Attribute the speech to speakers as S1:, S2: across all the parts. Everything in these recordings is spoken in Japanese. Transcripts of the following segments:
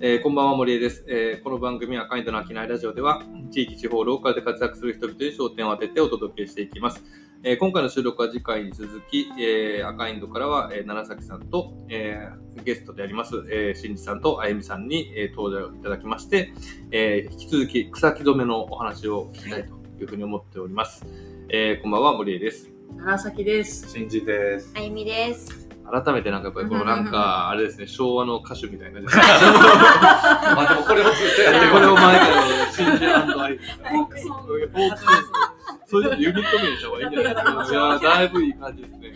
S1: えーこんばんは、森江です、えーこの番組はカインドの商いラジオでは、地域、地方、ローカルで活躍する人々に焦点を当ててお届けしていきます。えー今回の収録は次回に続き、えー、赤インドからは、えー、楢崎さんと、えーゲストであります、えー、新次さんとあゆみさんに、えー登場いただきまして、えー引き続き草木染めのお話を聞きたいというふうに思っております。えーこんばんは、森江です。
S2: 長崎です。
S3: 新次です。
S4: あゆみです。
S1: 改めてなんかやっぱりこのなんか、あれですね、昭和の歌手みたいな。
S3: まあでもこれをずっとやってる
S1: これを前から新人アイ
S2: フォークソング
S1: フォークソングそれちょっとユニット名にした方がいいんじゃないですか。いやー、だいぶいい感じですね。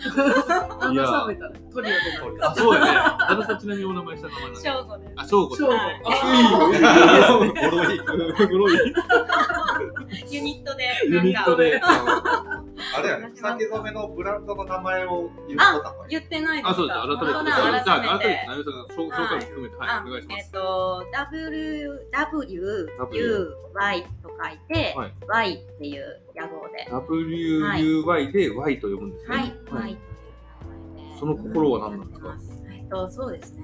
S2: 旦那さんもいたらトリオでなる
S1: あそうだね。旦那さんちなみにお名前した名前なんですか。
S4: 正午です。
S1: あ、翔子さん。
S2: そう。
S1: いいよ、いいですね。ゴロイ。
S4: ユニットで。
S1: ユニットで。
S3: あれやね、酒染めのブランドの名前を言うことだもんね
S4: 言ってないですか。
S1: あ、そうです。改めて。
S4: 本当
S1: じゃ
S4: だ
S1: あ、改
S4: 改
S1: めて、
S4: めて。
S1: なみさん、紹介含めて、はい、お願いしま
S4: えっ
S1: す。
S4: と、W、W、
S1: W
S4: U、Y と書いて
S1: はい、
S4: Y っていう屋号で。
S1: WUY で Y と呼ぶんですね。
S4: はい、
S1: は
S4: Y
S1: い。
S4: という名前で。
S1: その心は何なんですか
S4: えっと、そうですね。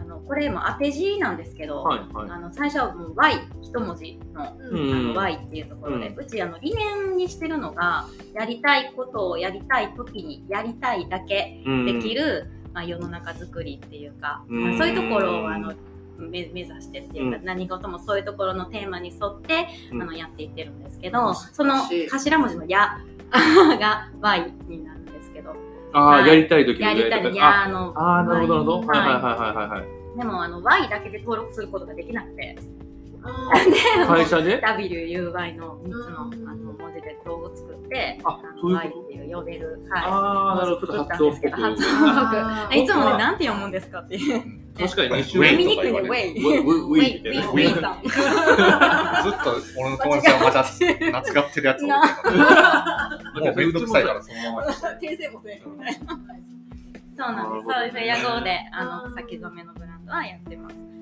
S4: あの、これも当て字なんですけど、
S1: はい
S4: あ、
S1: はい。
S4: の、最初はもう Y 一文字の
S2: う
S1: うん
S2: ん。
S4: あの Y っていうところで、
S1: う
S4: うちあの理念にしてるのがやりたいことをやりたい時にやりたいだけできる、まあ、世の中づくりっていうか、
S1: うん
S4: そういうところをあのめ目指してっていうか、
S1: うん
S4: 何事もそういうところのテーマに沿って、
S1: うん
S4: あのやっていってるんですけどそ
S2: 難
S4: の
S2: しい
S4: 頭文字の「や」 が Y になるんですけど
S1: うん。ああ、やりたい時の
S4: やりたいの「
S1: あ
S4: や」の
S1: あー、なるほど、なるほど。は
S4: はいい
S1: はいはいはいはい。
S4: でもあの Y だけで登録することができなくて
S2: あー
S1: 会社で
S4: WUY の3つの
S2: うん
S4: あの文字で道具作って、
S1: あ
S4: あ
S1: そう
S4: の
S1: いう
S4: Y っ
S1: こ
S4: ていう呼べる。は
S1: ああ、なるほど。ちょっと発音っぽく。
S4: 発音っぽく
S2: あ
S4: い。
S2: ー
S4: いつもね、なんて読むんですかっていう。
S1: 確かに2週
S3: ウェ
S4: 読み
S3: イと
S4: にく
S3: か
S4: い
S3: 言
S4: ね、
S3: わ
S4: ウ
S3: れる
S4: ェイ。
S1: ウェウェイみたいな。
S4: ウェイさん。
S3: ずっと俺の友達が混ざって、懐かってるやつを見てた。もうめんどくさいからそのままに。
S4: 訂正もせんみたいな。そうなんです。そうですね。野号で、あの、先染めのブランドはやってます。はい
S1: まあ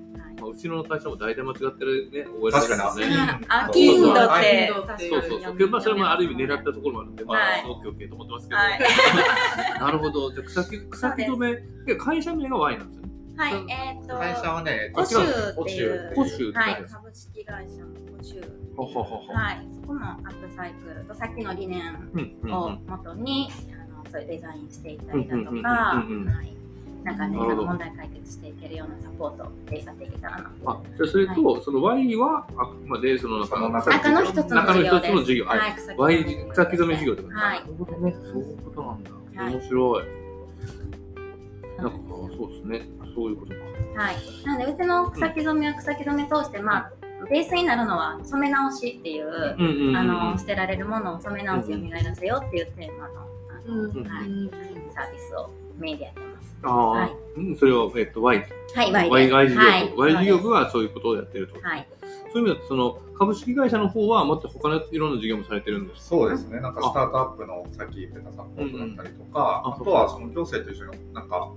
S1: うちの会社も大体間違ってるね、覚え
S3: 確かに
S1: ね。
S4: あ、金土っ
S2: 金
S4: て
S2: 土って。
S1: そうそうそう。まあ、それもある意味狙ったところもあるんで、ま
S4: は
S1: あ、
S4: い
S1: オッケーオッケーと思ってますけど。
S4: はい。
S1: なるほど。じゃあ草木、草木染め、会社名が Y なんですよね。
S4: はい。えっと、
S3: 会社はね、
S4: コシュー
S3: コ
S4: って
S3: シ
S4: い
S3: ュー
S4: う。
S1: コシューって
S4: はい
S1: 誰。ですか
S4: 株式会社のコシュー。
S1: ほほほほ。
S4: はい。そこのアップサイクルと、さっきの理念
S1: うんうんう
S4: を
S1: ん。
S4: 元に、あのそういうデザインしていたりだとか、
S1: うんうんうんうんうん
S4: はい、なんかね、
S1: なるほど
S4: 問題解決していけるようなサポートでやっていけたらな
S1: あ、じゃあそれと、その Y は、あくまでその中
S3: その
S1: の
S3: 中
S4: 中の一つの
S1: 中の
S4: 授業
S1: 一
S4: で
S1: つ
S4: す
S1: の授業。はい。
S4: い、草
S1: Y
S4: 染め
S1: 草木染め授業とか。
S4: はい
S1: なるほどね。そういうことなんだ。
S4: はい
S1: 面白い。
S4: そ
S1: なか
S4: うんですよ
S1: そうですね、そういうことか。
S4: はい、なのでうちの草木染めは草木染め通して、まあ、ベースになるのは染め直しっていう、
S1: うんうんうん
S4: あの捨てられるものを染め直しよみがえらせようっていうテーマのあ
S2: うん。
S4: の、はい、サービスをメインでやってます。
S1: ああ、
S4: はい
S1: うんそれは、えっと、Y、
S4: はい、Y で
S1: Y 外事業部、
S4: はい
S1: Y 事業部はそういうことをやってると。
S4: はい、
S1: そういう意味だと、その株式会社の方は、もっと他のいろんな事業もされてるんです。
S3: そうですね、なんかスタートアップのさっき言ってたサポートだったりとか、
S1: うんうんあ
S3: あとはその行政と一緒になんか、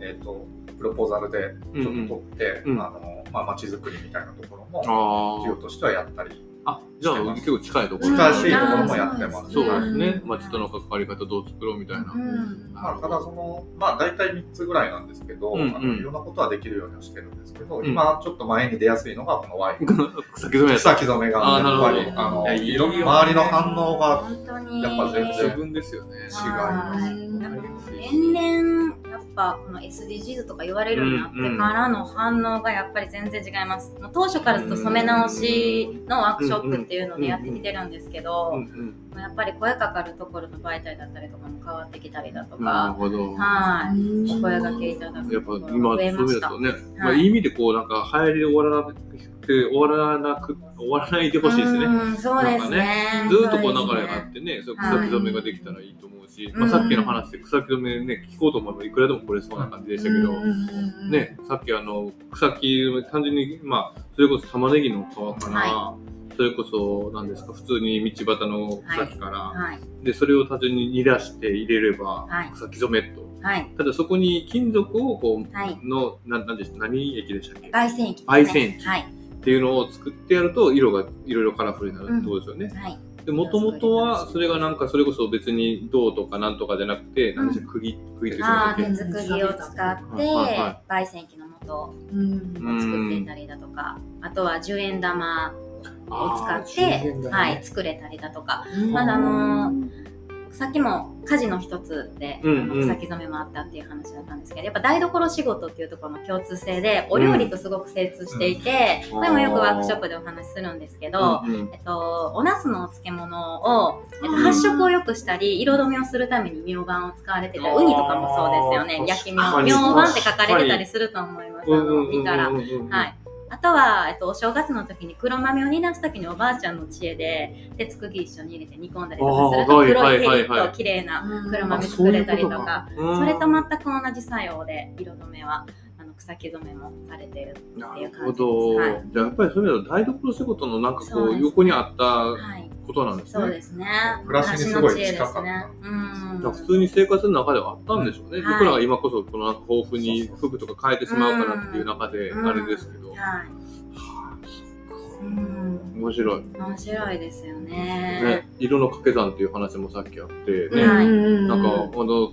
S3: えっ、と、プロポーザルでちょっと取って、
S1: うんうん
S3: あの、まあ、街づくりみたいなところも、
S1: あ
S3: 事業としてはやったり、
S1: あ。あ、じゃあ、
S3: してます
S1: 結構近いところ。
S3: 近しいところもやってます
S1: そうです
S2: う
S1: ね。
S2: ん
S1: 町との関わり方どう作ろうみたいな。
S4: うん
S3: まあ、ただその、まあ、大体3つぐらいなんですけど、
S1: うんうん
S3: あのいろんなことはできるようにはしてるんですけど、
S1: うん
S3: 今ちょっと前に出やすいのがこのワイン。
S1: 先染めやった。
S3: 草木染めが
S1: あーなるほど
S3: やっぱりあの
S1: いやいいよ
S3: 周りの反応が
S4: 本当に
S3: やっぱ全然
S1: 自分ですよね。
S3: 違います。
S4: やっぱ年々やっぱこの SDGs とか言われるようになってからの反応がやっぱり全然違います、もう当初からずっと染め直しのワークショップっていうのでやってきてるんですけど、
S1: うんうん
S4: やっぱり声かかるところの媒体だったりとかも変わってきたりだと
S1: なる
S4: か、
S1: ほど。
S4: はい
S2: うん
S4: お声がけいただく
S1: やっぱ
S4: ところ
S1: 今そ
S4: が
S1: う
S4: 増
S1: い
S4: え
S1: う意
S4: まし
S1: 味だ
S4: た
S1: とね、まあ、
S4: はい
S1: いい意味でこうなんか流行りで終わらなくて終わらなく終わらないでほしいですね。
S4: うんそうですね
S1: ずーっとこう流
S4: そで
S1: れ
S4: す
S1: があ
S4: ね
S1: ってね、そう
S4: はい
S1: 草木染めができたらいいと思うし、
S4: うん
S1: まあ、さっきの話で草木染めね、聞こうと思えばいくらでも来れそうな感じでしたけど、
S2: うん
S1: ね、さっきあの、草木染め、単純に、まあ、それこそ玉ねぎの皮から、
S4: は
S1: それこそ、何ですか、普通に道端の草木から、
S4: はい
S1: で、それを単純に煮出して入れれば、
S4: はい
S1: 草木染めと。
S4: はい
S1: ただそこに金属をこう、
S4: はい
S1: の、ななんでした何液でしたっけ
S4: 外線液ですね
S1: 外線液
S4: はい
S1: っていうのを作ってやると、色がいろいろカラフルになるってことですよね。
S4: はい
S1: で、もともとは、それがなんか、それこそ別に銅とかなんとかじゃなくて、なんでしょう、釘、釘って言うんでした
S4: あ
S1: っ
S4: ー
S1: け
S4: 手作りを使って
S1: はいはい
S4: 焙煎機の元ト
S2: うん
S4: を作っていたりだとか、あとは10円玉を使
S1: あー
S4: っ
S1: 十
S4: て、
S1: 円玉ね
S4: はい、作れたりだとかま
S2: ま
S4: だ
S2: だ
S4: あ
S2: あ
S4: の
S2: の
S4: さっきも家事の一つで、
S1: うん
S4: あ
S1: う
S4: の
S1: ん
S4: 草木染めもあったっていう話だったんですけどやっぱ台所仕事っていうところの共通性でお料理とすごく精通していて、
S1: うん
S4: これもよくワークショップでお話しするんですけど。
S1: うんうん
S4: えっと、お茄子のお漬物を、えっと、
S2: うん
S4: 発色を良くしたり色止めをするためにミョウバンを使われてたりウニとかもそうですよ
S1: あ
S4: ね
S1: ー
S4: 焼きミ
S1: 確
S4: ョ
S1: か
S4: ウ
S1: に
S4: ミョウバンって書かれてたりすると思います、あ
S1: うん
S4: の
S1: うんうん
S4: 見たら、
S1: うんうんうん
S4: はい。あとは、えっと、お正月の時に黒豆を煮出す時におばあちゃんの知恵で、手つくぎ一緒に入れて煮込んだりとかする
S1: あ
S4: と、
S1: ーは
S4: 黒
S1: い
S4: い
S1: はい
S4: ペリ
S1: はいは
S4: ッ
S1: い
S4: と綺麗な
S2: うん
S4: 黒豆
S1: あ
S4: 作れたりと
S1: そういうこと
S4: か、
S1: う
S4: そ
S1: ん
S4: れと全く同じ作用で、色止めは、あの、草木染めもされてる
S1: な
S4: ってい
S1: る
S4: う
S1: ほ
S4: 感じ
S1: ど、
S4: です。はい。
S1: じゃあやっぱりそれは台所仕事のなんかこ
S4: そう
S1: う
S4: です
S1: 横にあった
S4: はい。
S1: ことなんですね。
S4: そうですね。
S3: 暮らしにすごい近かった
S4: 昔の知恵ですね。うん。
S1: 普通に生活の中ではあったんでしょうね、
S4: はい
S1: 僕らが今こそこのなんか豊富に服とか変えてしまうからっていう中で
S4: うん
S1: あれですけど、
S4: はい。うん。
S1: 面白い、ね
S4: 面白いですよね。
S1: 色の掛け算っていう話もさっきあって
S2: ね
S1: ね、
S4: はい
S1: な
S2: な
S1: ん
S2: ん
S1: か
S2: か
S1: あの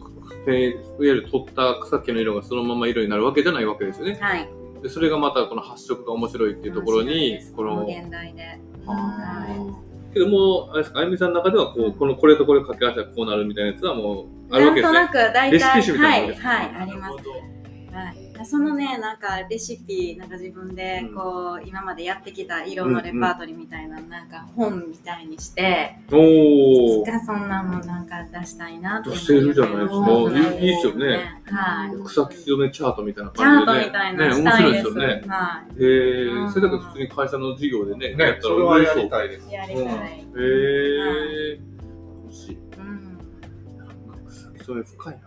S1: えいわゆる取った草木の色がそのまま色になるわけじゃないわけですよね
S4: はい。
S1: でそれがまたこの発色が面白いっていうところにこの
S4: 面白いです現代で。
S1: あー
S4: は
S1: けどもうあれですかあゆみさんの中ではこうこのこれとこれ掛け合わせたらこうなるみたいなやつはもうある
S4: な
S1: わ
S4: ん
S1: けで
S4: と
S1: すね
S4: なく大
S1: レシピ
S4: 体
S1: 集み
S4: は
S1: たいなの
S4: い
S1: ですね
S4: はいあります。はい。そのねなんかレシピなんか自分で
S1: うん
S4: こう、今までやってきた色のレパートリーみたいな、なんか本みたいにして、
S1: お
S4: い
S1: お
S4: つかそんなのなんか出したいなって
S1: 出せるじゃない
S2: ですか
S1: いいいいっすよね
S4: はい。
S1: 草木染めチャートみたいな
S4: チャ
S1: 感
S4: ー
S1: じでね
S4: トみたい
S1: ね
S4: なし
S1: 面
S4: た
S1: 白
S4: い
S1: いで
S4: ですす。
S1: よね
S4: は
S1: えー
S4: うん
S1: それだと普通に会社の授業でねや
S3: ね
S1: っ、た
S3: そ
S1: ら
S3: れは
S1: 嬉し
S3: や
S1: そう
S3: りたいです
S4: い。。やりたい。
S1: えー欲しい
S4: うん。
S1: なんか草木染め深い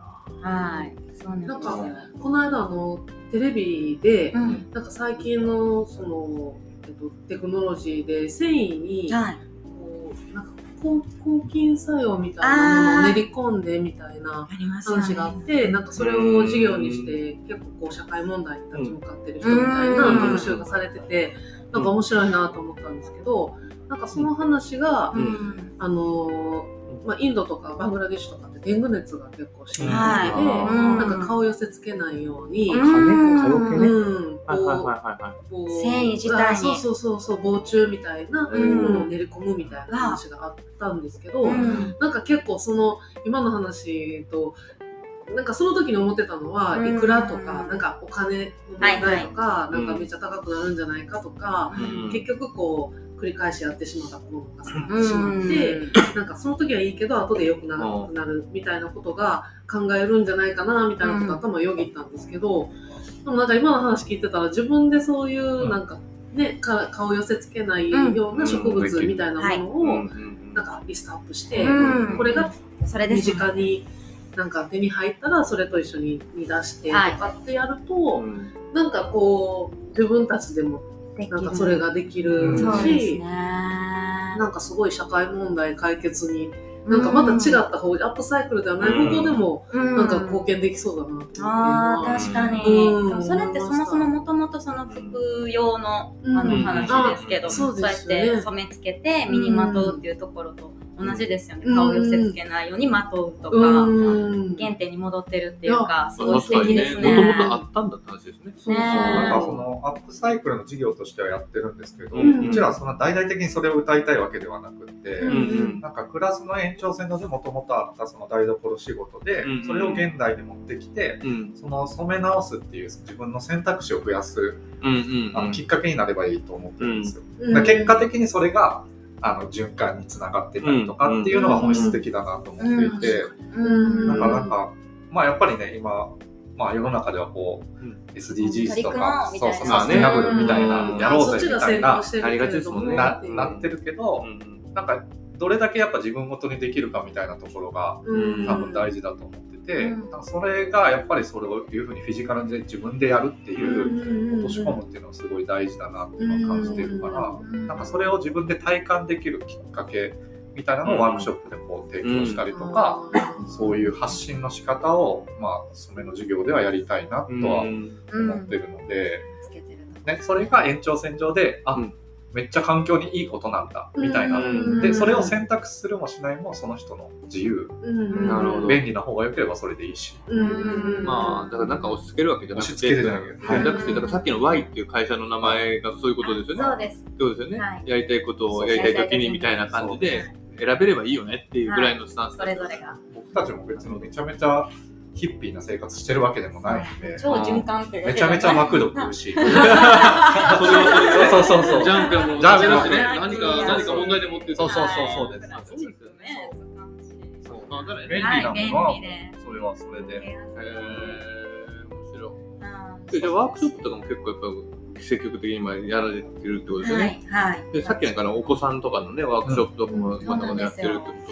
S1: な
S4: はい。そうなんです
S2: なん
S4: よ
S2: かこの間あのテレビで
S4: う
S2: なんか最近のそのえっとテクノロジーで繊維に
S4: ん。はい。
S2: こうなんか抗抗菌作用みたいなものを練り込んでみたいな
S4: ありますよね
S2: 話があってなんかそれを授業にして結構こう社会問題に立ち向かってる人みたいな
S4: うん
S2: 特集がされててなんか面白いなと思ったんですけどなんかその話が
S4: う
S1: うん
S4: ん。
S2: あのーまあ、インドとかバングラデシュとかってデング熱が結構心配で、
S1: はい
S4: うん
S2: なんか顔寄せつけないように、
S4: うん
S1: 髪と
S2: う
S1: 髪ね
S2: ん、こう
S1: いはい
S2: こう
S4: 繊維自体に
S2: そうそうそうそう防虫みたいな
S1: うん
S2: ものを練り込むみたいな話があったんですけど、
S4: うん
S2: なんか結構その今の話となんかその時に思ってたのは、
S4: うん
S2: いくらとかなんかお金の問題とか、
S1: い
S2: なんかめっちゃ高くなるんじゃないかとか、
S1: うん
S2: 結局こう繰り返しやってしまったものがさ
S4: う
S2: れてしまって。
S4: ん
S2: なんかその時はいいけど後で良くならなくなるみたいなことが考えるんじゃないかなみたいなこと頭をよぎったんですけど、でもなんか今の話聞いてたら自分でそういうなんか、ね、か顔寄せつけないような植物みたいなも
S1: うん
S2: のを
S1: うん
S2: なんかリストアップして、
S4: うん
S2: これが
S4: それで
S2: 身
S4: す。
S2: 近になんか手に入ったらそれと一緒に煮出してと
S4: はい
S2: かってやると、
S1: うん
S2: なんかこう自分たちでも
S4: でき
S2: なん
S4: る
S2: かそれができるし、
S4: そうですね。
S2: なんかすごい社会問題解決になんかまた違った方、アップサイクルではない方向でも、
S4: うん
S2: なんか貢献できそうだなって
S4: あ
S2: 思
S4: あ
S2: って
S4: 確か
S2: う
S4: に、
S2: ん
S4: でもそれってそもそももともとその服用の,、あ
S2: う
S4: の
S2: ん
S4: 話ですけど、
S1: あ
S4: そ
S2: そうう
S4: や
S2: で
S4: っ
S2: すよね
S4: て染めつけて身にまとうっていうところと同じですよね、
S2: うん
S4: 顔を寄せつけないようにまとうとか、
S2: うん
S4: 原点に戻ってるっていうかす
S1: ま
S4: ご
S1: あ
S4: い
S1: 確
S4: 素
S1: か
S4: 敵
S1: に
S4: で
S1: ね
S4: す
S1: も
S4: ね。
S1: ともとあったんだって話ですね
S2: そうそう
S4: ね
S3: なんかそのアップサイクルの事業としてはやってるんですけど、
S1: うん
S3: うちらはそんな大々的にそれを歌いたいわけではなくて、
S4: うん
S1: うん
S3: なんかクラスの延長線上でもともとあったその台所仕事で、
S1: うん
S3: それを現代に持ってきて、
S1: うん
S3: その染め直すっていう自分の選択肢を増やす
S1: うんうん
S3: あのきっかけになればいいと思ってるんですよ。
S2: うん
S3: だから結果的にそれがあの循環につながってたりとかっていうのが本質的だなと思っていて、
S4: うん
S3: なんかなんか、まあやっぱりね、今、まあ世の中ではこう、
S1: うん
S3: SDGs とか、
S4: 取り
S3: そうそう、
S4: 組もうみたいな
S1: まあ
S3: サス
S1: ね
S3: ティナブルみたい
S1: うん
S3: な、
S1: うん
S3: やろ
S2: そうっ
S3: ぜ
S2: ち
S3: み
S2: が
S3: た
S2: 成
S3: い
S2: 功
S3: な
S2: し、てる
S1: ありがちですもんね
S3: な
S1: うん
S3: なってるけ
S1: う、
S3: ど
S1: ん
S3: なんかどれだけやっぱ自分ごとにできるかみたいなところが
S1: うん
S3: 多分大事だと思ってて、
S4: うん
S3: なんかそれがやっぱりそれをいうふうにフィジカルで自分でやるっていう、落とし込むっていうのはすごい大事だなっていうのを感じてるから、なんかそれを自分で体感できるきっかけみたいなのをワークショップでこう提供したりとか、そういう発信の仕方を、まあ、染めの授業ではやりたいなとは
S1: うん
S4: うん
S3: 思ってるので、
S4: つけてると
S3: ね、それが延長線上で、あ、
S1: うん
S3: めっちゃ環境にいいことなんだみたいな、
S1: うん
S3: でそれを選択するもしないもその人の自由、
S2: うん
S1: なるほど
S3: 便利な方が良ければそれでいいし、
S2: うん
S1: まあ、だからなんか押し付けるわけじゃなくて、
S3: 押し付けるじゃなくて
S1: 選択肢、だからさっきの Y っていう会社の名前がそういうことですよね。
S4: そうです。
S1: そうですよね、
S4: はい
S1: やりたいことをやりたい時にみたいな感じで選べればいいよねっていうぐらいのスタンス
S4: そ
S1: だっ
S4: れ
S1: た
S4: ぞ
S1: んです
S4: れ
S1: ね
S4: が。
S3: 僕たちも別にめちゃめちゃヒッピーな生活してるわけでもないんで、
S4: 超循環っていう
S3: めちゃめち ゃマクド食うし、
S1: それはそれで
S3: そうそうそう
S1: ジャンプも
S3: ジャンプ
S1: だ
S3: も
S1: しね何か何か問題で持ってる
S3: そうそうそうそうです
S1: あそうですよね
S4: ねそう
S1: そうまあだからね
S3: 便利
S4: はい
S3: な
S4: 便
S3: ものは
S4: 利で
S3: それはそれで。
S1: へー面白い
S4: うん
S1: えじゃあワークショップとかも結構やっぱ積極的に今やられてるってことですよね、
S4: はいはい
S1: でさっきなんかのお子さんとかのねワークショップとかも
S4: うん
S1: まだまだやってるってことで、
S4: うん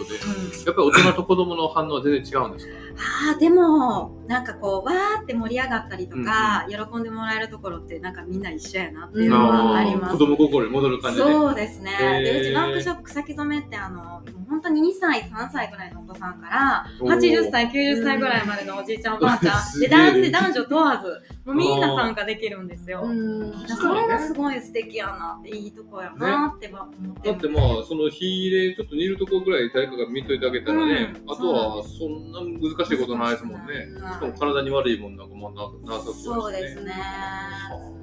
S1: やっぱり大人と子供の反応は全然違うんですか
S4: あーでもなんかこうわーって盛り上がったりとか、喜んでもらえるところってなんかみんな一緒やなっていうのはあり
S1: あー
S4: ま
S1: 子
S4: す。
S1: 供心に戻る感じで
S4: そうですね、
S1: へー
S4: でうちワークショップ草木染めってあのもう本当に2歳3歳ぐらいのお子さんから
S1: おー
S4: 80歳90歳ぐらいまでのおじいちゃんおばあちゃ
S1: す
S4: ん
S1: げえ
S4: で男性男女問わずもうみんな参加できるんですよ。
S2: うん
S4: だからそれがすごい素敵やなっていいとこやなっては思って
S1: だってまあその火入れちょっと煮るとこぐらい誰かが見といてあげたらね、
S4: うん
S1: あとはそんな難しいことないですもんね
S4: 難しくない
S1: しかも体に悪いもんなんかもななさそう
S4: そう
S1: だし
S4: ですね。う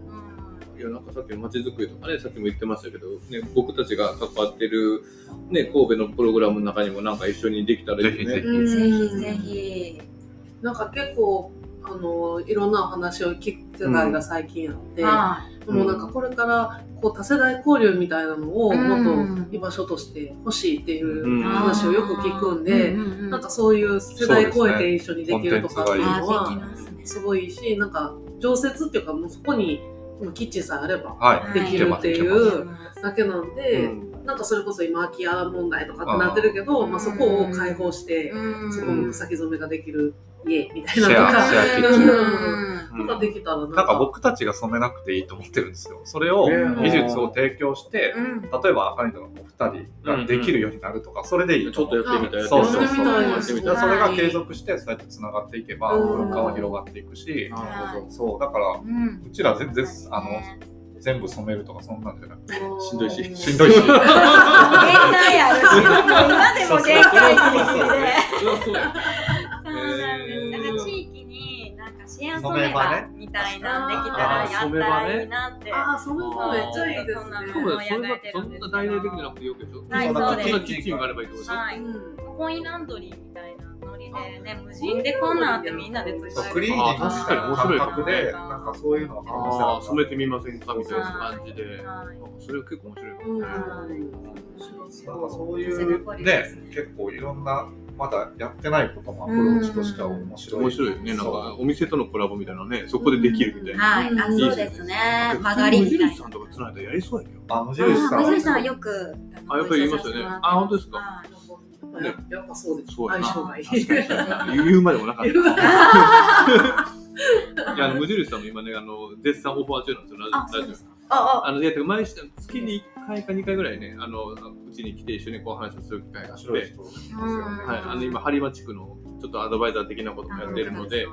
S1: い
S4: ん
S1: やなんかさっきの街づくりとかねさっきも言ってましたけど、ね、僕たちが関わってる、ね、神戸のプログラムの中にもなんか一緒にできたらいいよね
S3: ぜひぜひ
S2: うん
S4: ぜひぜひ。
S2: なんか結構あのいろんなお話を聞く世代が最近あって、
S4: は
S2: もうなんかこれからこう多世代交流みたいなのをもっ
S4: うん
S2: と居場所として欲しいっていううん
S4: い
S2: 話をよく聞くんで、
S4: ううう
S2: なんかそういう世代超えて一緒にできるとかっていう
S4: あ
S2: の
S4: ーでき
S2: は
S4: ますね。
S2: すごいし、なんか常設っていうかもうそこにもうキッチンさえあれば
S3: はい、
S2: できるってい
S3: は
S2: うだけなんで、なんかそれこそ今空き家問題とかってなってるけど、
S4: うん
S2: まあそこを開放して、
S4: うん
S2: そこの先染めができる家みたい
S3: シ
S2: なの
S3: ェ
S2: と
S3: ア
S2: か
S3: シ、ェアキッチン
S4: うん
S1: うん
S2: なんかできたらなんか
S3: なんか僕たちが染めなくていいと思ってるんですよ。それを
S1: ね
S3: 技術を提供して、
S4: うん
S3: 例えば赤いのお二人ができるようになるとか、それでいい
S1: ちょっとやってみたい
S3: あ
S1: や
S3: そう
S1: って
S3: そうそう
S1: みたい
S3: や
S1: や
S2: っ
S1: ってて
S2: み
S1: み
S2: た
S1: た
S3: だ
S1: い
S3: からそれが継続してそうやってつながっていけば
S2: うん
S3: 文化は広がっていくし、
S1: なるほ
S3: そうだから
S4: うん
S3: うちら全然あの全部染めるとかそんなんじゃなくて
S1: しんどいし
S3: しんどいし
S4: 限界あるし、今でも限界ギリギリで。
S1: どそうそうや
S4: そうなんです。だから地域になんかシェア染
S3: 染
S4: め
S3: め
S4: 場
S3: 場
S4: みたいなのできたらやったらいいなって。
S2: ああ、その子めっちゃいいですね。
S1: しかもねそれだってそんな大々的じゃなくてよくでしょ、
S4: はい
S1: そんな
S4: そうです
S1: そんなキッチンがあればいいってことでしょ
S4: は
S2: う
S4: い。
S2: ん
S4: コインランドリーみたいなノリでね、無人でこんなんあってみんなで使える
S3: そうクリーニング
S1: あ確かに面白い
S3: 感覚でなんかそういうのは
S1: ああ
S3: 可能性
S1: 染
S3: る
S1: めてみませんかみたいな感じで
S4: はい
S1: それは結構面白いか
S2: うん
S1: もね、
S3: なんかそうい
S4: それ残
S3: う
S4: り
S3: ね
S4: ですね
S3: 結構いろんなまだやってないこともアプローチとしては面白い
S1: 面白いよねなんかお店とのコラボみたいなねそこでできるみたいな、
S4: はい、あ、そうですね。曲がりみたい
S1: さ
S4: な。
S1: んとか繋いだらやりそうやけど
S3: あ無
S4: あ、
S3: 印さん
S4: 無印さんよく。
S1: あやっぱり言いますよねあ本当ですか
S4: はい
S2: やっぱそうです。
S1: そうやな
S2: 相性がいい。
S1: 言うまでもなかった。いや、あの無印さんも今ね、あの絶賛オファー中なんですよ、
S4: あ、
S1: ラジオラジ
S4: そうで
S1: オ
S4: す。か。あ、
S1: あの、いやてか前にした月に1回か2回ぐらいね、あの、うちに来て一緒にこう話をする機会があ
S3: 面
S1: って、
S3: 白
S1: はいい、
S3: 人です
S4: あ、
S3: よね
S1: あの、今、播磨地区のちょっとアドバイザー的なこともやってるので、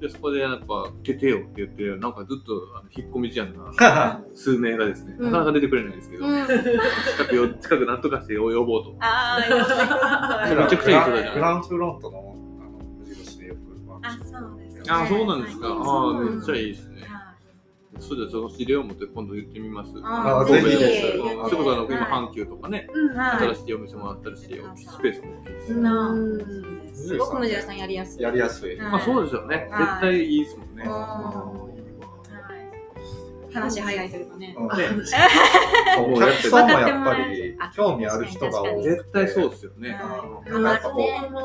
S1: で、そこでやっぱ、出てよって言って、なんかずっとあの引っ込み思案な数名がですね、
S4: うん
S1: なかなか出てくれないんですけど、近くよ、近くなんとかして呼ぼうと。
S4: ああ、
S1: いめちゃくちゃいい人だじゃん
S3: グランフロントのあの無印でよくワーク
S4: あ
S3: ショッ、
S4: そうです。
S1: あ、そうなんですか。あ
S4: そうなん
S1: ー、
S4: で
S1: めっ
S4: す
S1: ちゃいいですね。そうじゃあ、その資料を持って今度言ってみます。
S4: あ
S3: ーぜひ
S1: です。
S3: ぜひ
S1: うんそれこそあの、今、
S4: は
S1: 阪急とかね、
S4: はい
S1: 新しいお店もあったりして、オフィスペースも大きいし。
S4: うんすごく無印さんやりやすい。
S3: プやりやすい、
S4: はい
S1: まあそうですよね。
S4: はい
S1: 絶対いいですもんね。
S4: はい話早いというかね。
S3: うん
S1: ね
S3: そうお客さんもやっぱり興味ある人が多くて
S1: 絶対そうですよね。
S4: はい
S3: うんなんかこ
S4: ね
S3: う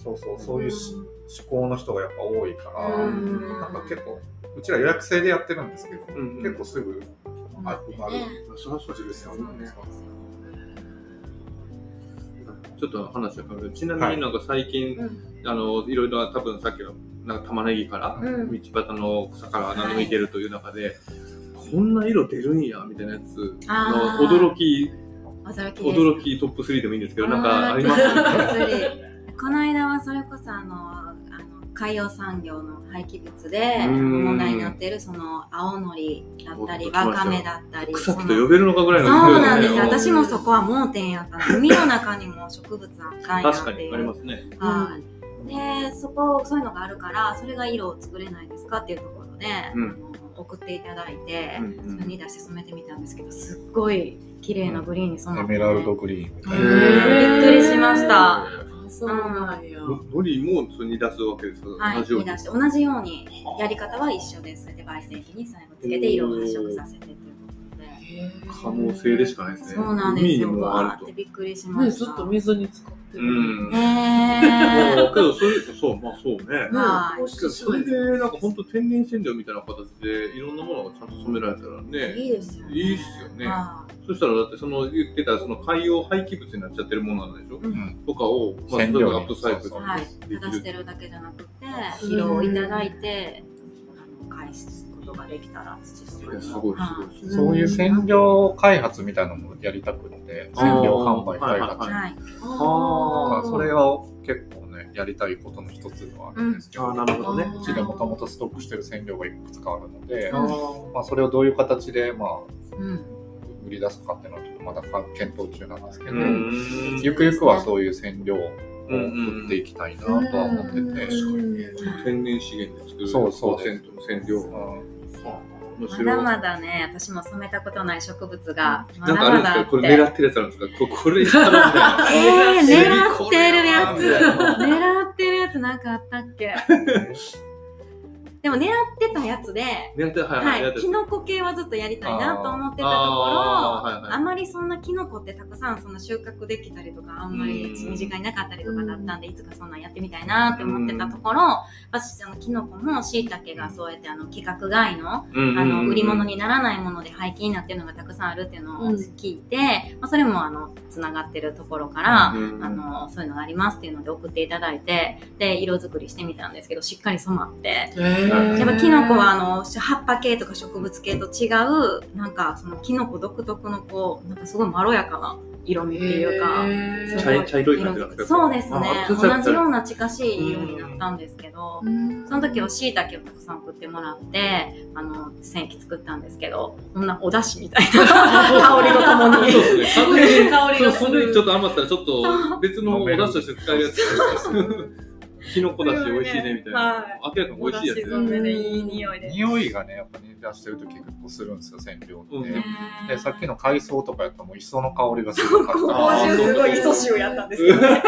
S3: そうそうそういうし思考の人がやっぱ多いから、
S4: うん
S3: なんか結構うちら予約制でやってるんですけど、
S1: んうん
S3: 結構すぐあ埋まる、
S4: ね
S1: そりゃそうですよ
S4: そうなんで
S1: ね
S4: す。よ
S1: ちょっと話は変わる。ちなみになんか最近、
S4: うん
S1: あのいろいろ多分さっきのなんか玉ねぎから、
S4: うん
S1: 道端の草から穴の見てるという中で、こんな色出るんやみたいなやつ
S4: あ
S1: の
S4: ー
S1: 驚き
S4: 驚きです。
S1: 驚きトップ3でもいいんですけどなんか
S4: あ
S1: あ
S4: ー
S1: ります
S4: びっくりこの間はそれこそあのあの海洋産業の廃棄物で問題になっているその青のりだったりわかめだったり
S1: 草木と呼べるのかぐらいの
S4: そうなんです
S1: よ
S4: よ。私もそこは盲点やったの。海の中にも植物あったんや
S1: 確
S4: っ
S1: か
S4: てい
S1: にあり
S4: う
S1: ま。すね。
S4: はいで、そこ、そういうのがあるから、それが色を作れないですかっていうところで、
S1: うん
S4: あの送っていただいて
S1: う、ん
S4: それに出して染めてみたんですけど、すっごい綺麗なグリーンに染ま
S3: エ
S4: って、
S3: メラルドグリーンみ
S4: う
S3: た
S4: ん
S3: い
S1: へ
S3: な。
S1: ー
S4: びっくりしました。
S2: あそうなんや。
S1: ののりもそれに出すわけですか、
S4: はい、
S1: 同じよう
S4: 見
S1: に
S4: 出して同じようにやり方は一緒です。それで焙煎機に最後つけて色を発色させてっていうことで。
S1: 可能性でしかないですね。
S4: そうなんです
S1: 海
S4: よ。
S1: にもあ
S4: わ
S1: る
S4: ーっ
S1: と
S4: て。びっくりしま
S2: ね、
S4: し
S2: ず
S4: た。
S2: っと水に使って
S1: う
S2: る。
S1: ん。
S4: ね
S1: ま あ
S4: え
S1: けどそれそうまあそうね。
S2: ね
S4: はい
S2: 放出し
S1: そ
S2: な
S1: れ
S2: い
S1: でなんか本当天然染料みたいな形でいろんなものがちゃんと染められたらね。
S4: いいですよね。
S1: いいっすよね
S4: は
S1: そしたらだってその言ってたその海洋廃棄物になっちゃってるものなんでしょ。
S4: いうん
S1: とかをまあ例え
S3: 染料に
S1: ばアップサイクル
S3: そう
S4: はい、
S1: で
S4: ただし
S1: き
S4: て
S1: る。
S4: るだけじゃなくて
S2: うん
S4: 色をいただいてあの返すことができたら土とか
S1: い
S4: に
S1: や
S4: も
S1: すごい
S4: は
S1: すごい。
S3: そういう染料開発みたいなのもやりたくて、
S1: あー
S3: 染料販売開
S1: はい
S3: 発。
S4: はい
S1: あ
S3: まあそれは結構ね、やりたいことの一つではあるんですけど、
S1: あなるほどね。
S3: うちでもともとストックしてる染料がいくつかあるので、
S4: うん
S3: まあ、それをどういう形で、まあ、
S4: うん
S3: 売り出すかっていうのはちょっとまだ検討中なんですけど、
S1: う
S4: うん
S1: ん。
S3: ゆくゆくはそういう染料を売っていきたいなとは思ってて、
S1: 天然資源で作る
S3: そうそう
S1: セントの染料。
S3: うん
S1: 面
S4: まだまだね私も染めたことない植物がま
S1: なん
S4: だ
S1: かあるん
S4: ま
S1: で
S4: だ
S1: す
S4: あ
S1: か
S4: っ
S1: こ
S4: て
S1: れ狙ってるやつなんですかここれやろうみたいな
S4: えー、
S1: セリ
S4: 狙ってるや
S1: こ
S4: つ
S1: れやわみたいな
S4: 狙ってるやつなんかあったっ け でも狙ってたやつで
S1: 狙ってるはいは
S4: はい
S1: 狙っ
S4: い、
S1: て
S4: キ
S1: る
S4: ノコ系はずっとやりたいなと思ってたところ
S1: あーはいはい
S4: あまりそんなキノコってたくさんその収穫できたりとかあんまり身近になかったりとかだったんでいつかそんなんやってみたいなって思ってたところ私そのキノコもしいたけがそうやってあの規格外の
S1: うんうんうん
S4: あの売り物にならないもので廃棄になってるのがたくさんあるっていうのを聞いて、まあ、それもあのつながってるところから。
S1: うん
S4: あのそういうのがありますっていうので送っていただいてで色作りしてみたんですけどしっかり染まって
S1: うん
S4: やっぱキノコはあの葉っぱ系とか植物系と違うなんかそのキノコ独特のこうなんかすごいまろやかな色味っていうか、すご
S1: 茶い茶色い感じなんですか
S4: 色そうですね
S1: あそうそう
S4: 同じような近しい色になったんですけど、その時は椎茸をたくさん送ってもらってあの染液作ったんですけどこんなお出汁み たいな香りとともに
S1: そうですね完全に
S2: 香り
S1: そう
S2: が
S1: そ
S2: す
S1: れ
S2: る。
S1: にちょっと余ったらちょっと別のお出汁として使えるやつキノコだし美味しいねみたい
S4: は
S1: な明らかに美味しいやつ
S2: お出汁が
S4: 染めでいい匂いで、
S3: 匂いがね、やっぱり出してるとき結構するんですよ、染料って。
S1: うん
S4: ね
S3: で、さっきの海藻とかやったらもう磯の香りがすごかっ
S1: あ
S4: 芳
S1: ー
S4: 醇
S1: そう
S4: すごい磯臭やったんですけど、ね、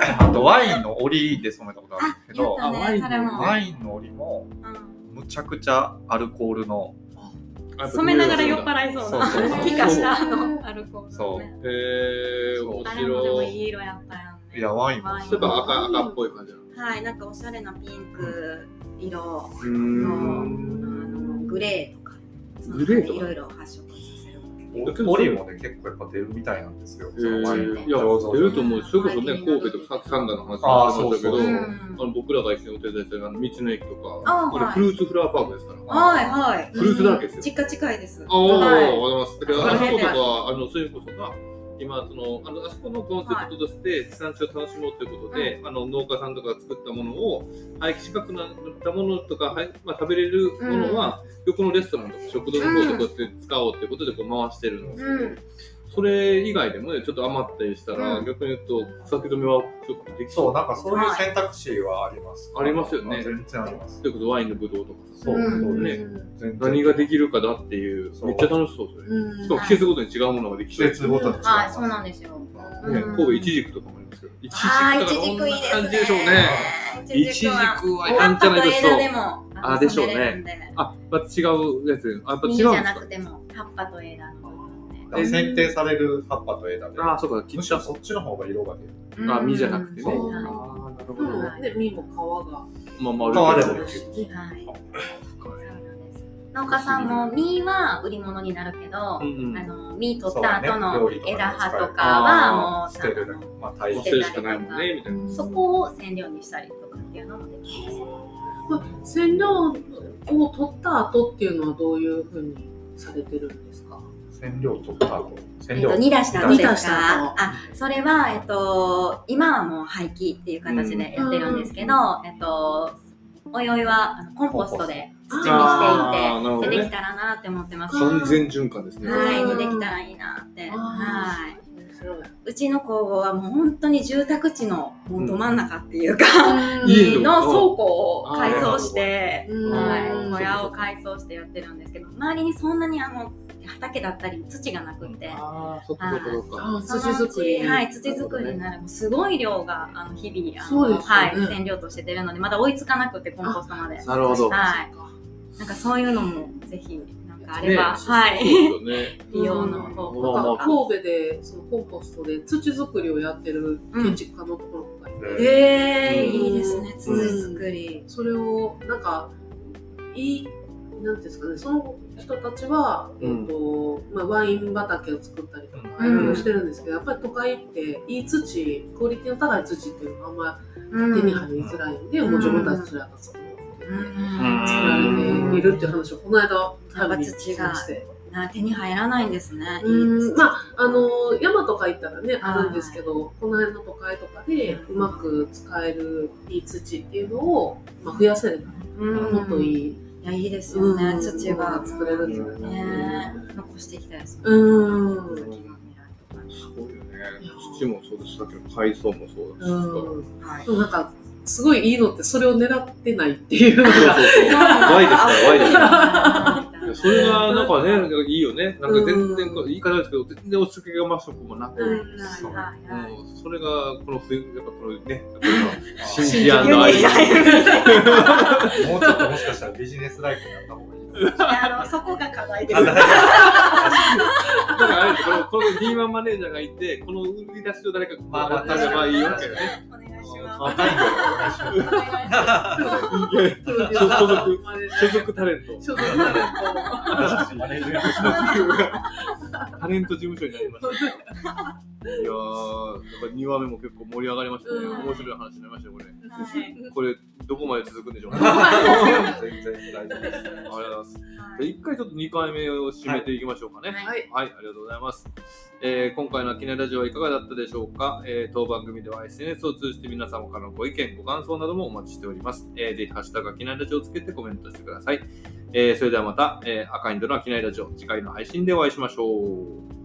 S3: た。あとワインの檻で染めたことあるんですけ
S4: 言っ
S3: ど、
S4: た
S1: あワイ
S4: ね
S1: ン
S4: それも、
S3: ワインの檻も
S4: うん
S3: むちゃくちゃアルコールの、
S4: 染めながら酔っ払いそうな
S3: そうそうそう
S4: 気がしたあのアルコールのね
S3: そう
S1: えー面
S4: 誰もでも
S1: 白
S4: い
S1: い
S4: い色やったやんね
S3: いや、ワインも
S4: ワイン
S1: ちょっと赤赤っぽい感じなの
S4: はいなんかおしゃれなピンク色
S1: うー
S4: のあ
S1: ん
S4: のグレーとか
S1: グレーとか
S4: いろいろ発色させる
S3: 檻もね、結構やっぱ出るみたいなんですよ、
S1: え
S3: そのワイン
S1: ー
S3: の
S1: いや、
S3: 醸
S1: 出
S3: 造
S1: る
S3: 所
S1: と思う。それこそね、神戸とかサンガの話もしましたけど、
S3: あーそうそうそう
S1: あの僕らが一緒にお手伝いしてるあの道の駅と
S4: あ
S1: か、
S4: ー
S1: これ
S4: はい
S1: フルーツフラワーパークですから。あ
S4: はいはい
S1: フルーツだらけですよ
S4: 実家近いです
S1: あ、おー、ありがと
S4: は
S1: うございます。だから、あ
S4: あ
S1: そこと
S4: りがとう
S1: か、あの、それこそが、今、その、あの、あそこのコンセプトとして、地産地を楽しもうということで、あの、農家さんとかが作ったものを、廃棄資格になったものとか、はいまあ、食べれるものは、横のレストランとか食堂の方とかって使おうということで、こう回してるんですけど、
S4: うん
S1: それ以外でもね、ちょっと余ったりしたら、
S4: うん
S1: 逆に言うと、草木染めはちょっとでき
S3: そう、
S1: な。
S3: なんかそういう選択肢はあります。
S1: はいありますよね
S3: 全然あります
S1: そ。れこそワインのブドウとかさ、
S3: そう、
S4: うん
S3: そう
S1: ね
S3: ね。全然
S1: 何ができるかだっていう、
S3: そう
S1: めっちゃ楽しそうですね。
S2: うん
S1: しかも季節ごとに違うものができ
S3: 季
S1: そう。ね、
S3: 節ごとに違います。
S4: はいそうなんですよ
S3: うん
S4: うん
S1: 神戸いちじくとかもありますけど、いち
S4: あー
S1: じくとかこんな感じでしょうね。
S4: い
S1: いち
S4: ち
S1: じ
S4: じくは
S1: くは
S4: 葉
S1: やんち
S4: っぱ
S1: ゃな
S4: と
S1: 人。
S4: 枝でも
S1: あでしょうね
S4: 染めれるんで
S1: あ、また違うやつ。あ、やっぱ違うんです
S4: 実じゃな
S1: か
S4: く。ても葉っぱと枝の部分で
S3: だから選定される葉っぱと枝で、
S1: あー、そうか、切
S3: む
S1: っ
S3: したろ。そっちの方が色が出る。
S1: あ、実じゃなくてね。あ
S2: う
S1: ー
S2: ん
S4: は
S1: なるほど。
S2: でもね、身も皮が。
S1: まあま
S3: ま
S1: あ、
S3: あ
S1: あ
S3: で
S1: る
S3: も
S1: けど。
S4: いはいそうなんです農家さんも実は売り物になるけど、
S1: うんうん
S4: あ。の実取った後の枝葉とか
S1: あ
S4: はもう
S3: 捨てるだけ。まあ、
S1: も
S3: 大
S1: う
S4: も
S1: 捨て
S4: 捨
S1: る
S4: てる
S1: し
S4: し
S1: かな
S4: かない
S1: も
S4: い
S1: んね、み
S4: もんね
S1: たいな。
S4: そこを染料にしたりとかっていうのもできます。
S2: 染料を取った後っていうのはどういうふうにされてるんですか
S3: 染料取った後。
S4: え
S3: 染
S4: っ
S3: 料
S4: と、。煮出した後で
S2: 煮出し
S4: す
S2: た
S4: か
S2: 後
S4: あそれは、えっと、今はもう廃棄っていう形でやってるんですけど、えっとおいおいはあのコンポストで土に
S1: あーなる
S4: し
S1: ほ
S4: て
S1: どね
S4: いて、でできたらなって思ってます。は
S1: 完全循環ですね。
S4: い、
S2: うん
S4: でできたらいいなって。
S2: あ
S4: はい。
S2: ー面白いう
S4: ちの工房はもう本当に住宅地のもうど真ん中っていうか、
S2: うん
S1: いい
S4: の
S1: よ
S4: 倉庫を改装して、
S2: うん
S4: はい、
S2: うん
S4: 小屋を改装してやってるんですけど、周りにそんなにあの畑だったり土がなくて、
S1: ああ、そっかそっかそっか。
S2: あー
S4: そ
S2: 土
S4: のうち
S2: 作り。
S4: はい、土作りになる、すごい量があの日々あの
S2: そうですよね
S4: はい、染料として出るので、まだ追いつかなくてコンポストまで。
S1: なるほど。
S4: はい、なんかそういうのもぜひなんかあれば、はい、
S1: そうですよね。
S4: 利用の方法
S2: なん
S4: と
S2: か
S4: か。
S2: 神戸でそのコンポストで土作りをやってる建築家のところがいて、
S3: うん
S4: えー、
S1: うん
S4: いいですね、土作り。
S2: それをなんかいいなんていうんですかねその人たちは、
S1: うん
S2: えっとまあ、ワイン畑を作ったりと
S1: う
S2: か
S1: ん
S2: いろいろしてるんですけど、やっぱり都会っていい土クオリティの高い土っていうのがあんま
S4: うん
S2: り手に入りづらいんで、
S4: うん
S2: もう自分たちでそれは作ろうって
S4: う
S2: 言って
S4: ん
S2: 作られているっていう話をこの間
S4: やっぱ
S2: 旅に
S4: 土
S2: し
S4: が
S2: まして。
S4: な手に入らないんですね。
S2: うんま
S4: あ、
S2: ああの山とか行ったらねあるんですけどこの辺の都会とかでうまく使えるいい土っていうのを、まあ、増やせれば
S4: うん、
S2: もっといい
S4: いやいいですよね、土が
S2: 作れるっていう
S4: ね残していきたいですね。
S2: うん
S4: 先の未来
S1: すごいよね。土もそうですし、さっきの海藻もそうだし。
S2: うん
S4: とか。はい
S2: で。もなんかすごいいいのってそれを狙ってないっていうの
S1: そう
S2: が
S1: そうそう。
S4: ワ
S1: イですからワイですかいや
S4: で
S1: それがなんかね、いいよね。なんか全然、言い方ですけど、全然押し付けがましくもなく、
S2: うん
S4: はいはいはいはい。
S1: うんそれがこの冬、やっぱこのね、やっぱり
S3: あ
S1: 新規アンドアイド
S3: もうちょっともしかしたらビジネスライフになった方がいいですね。
S4: あのそこが課題です。
S1: だからあれこのこのリーマンマネージャーがいて、この売り出しを誰かこう
S3: まあまあ
S1: 渡せばいいわけよね。
S4: お願いし
S1: あ
S4: ま
S1: あ
S4: す。お願いし ます
S1: 所属所属タレ ント。
S2: 所属タレント
S3: マネージメントしな
S1: タレント事務所になりましたよ。いやー、なんか2話目も結構盛り上がりましたね。
S2: うん
S1: 面白い話になりましたよ、これ。
S4: はい
S1: これ、どこまで続くんでしょうか。
S3: いと全然大丈夫です。
S1: ありがとうございます。じゃあ一回ちょっと2回目を締めていきましょうかね。
S4: はい
S2: はい
S1: はい、ありがとうございます。えー今回の秋音ラジオはいかがだったでしょうか、えー当番組では SNS を通じて皆様からのご意見、ご感想などもお待ちしております。えーぜひ、ハッシュタグ秋音ラジオをつけてコメントしてください。えーそれではまた、えー赤インドの秋音ラジオ、次回の配信でお会いしましょう。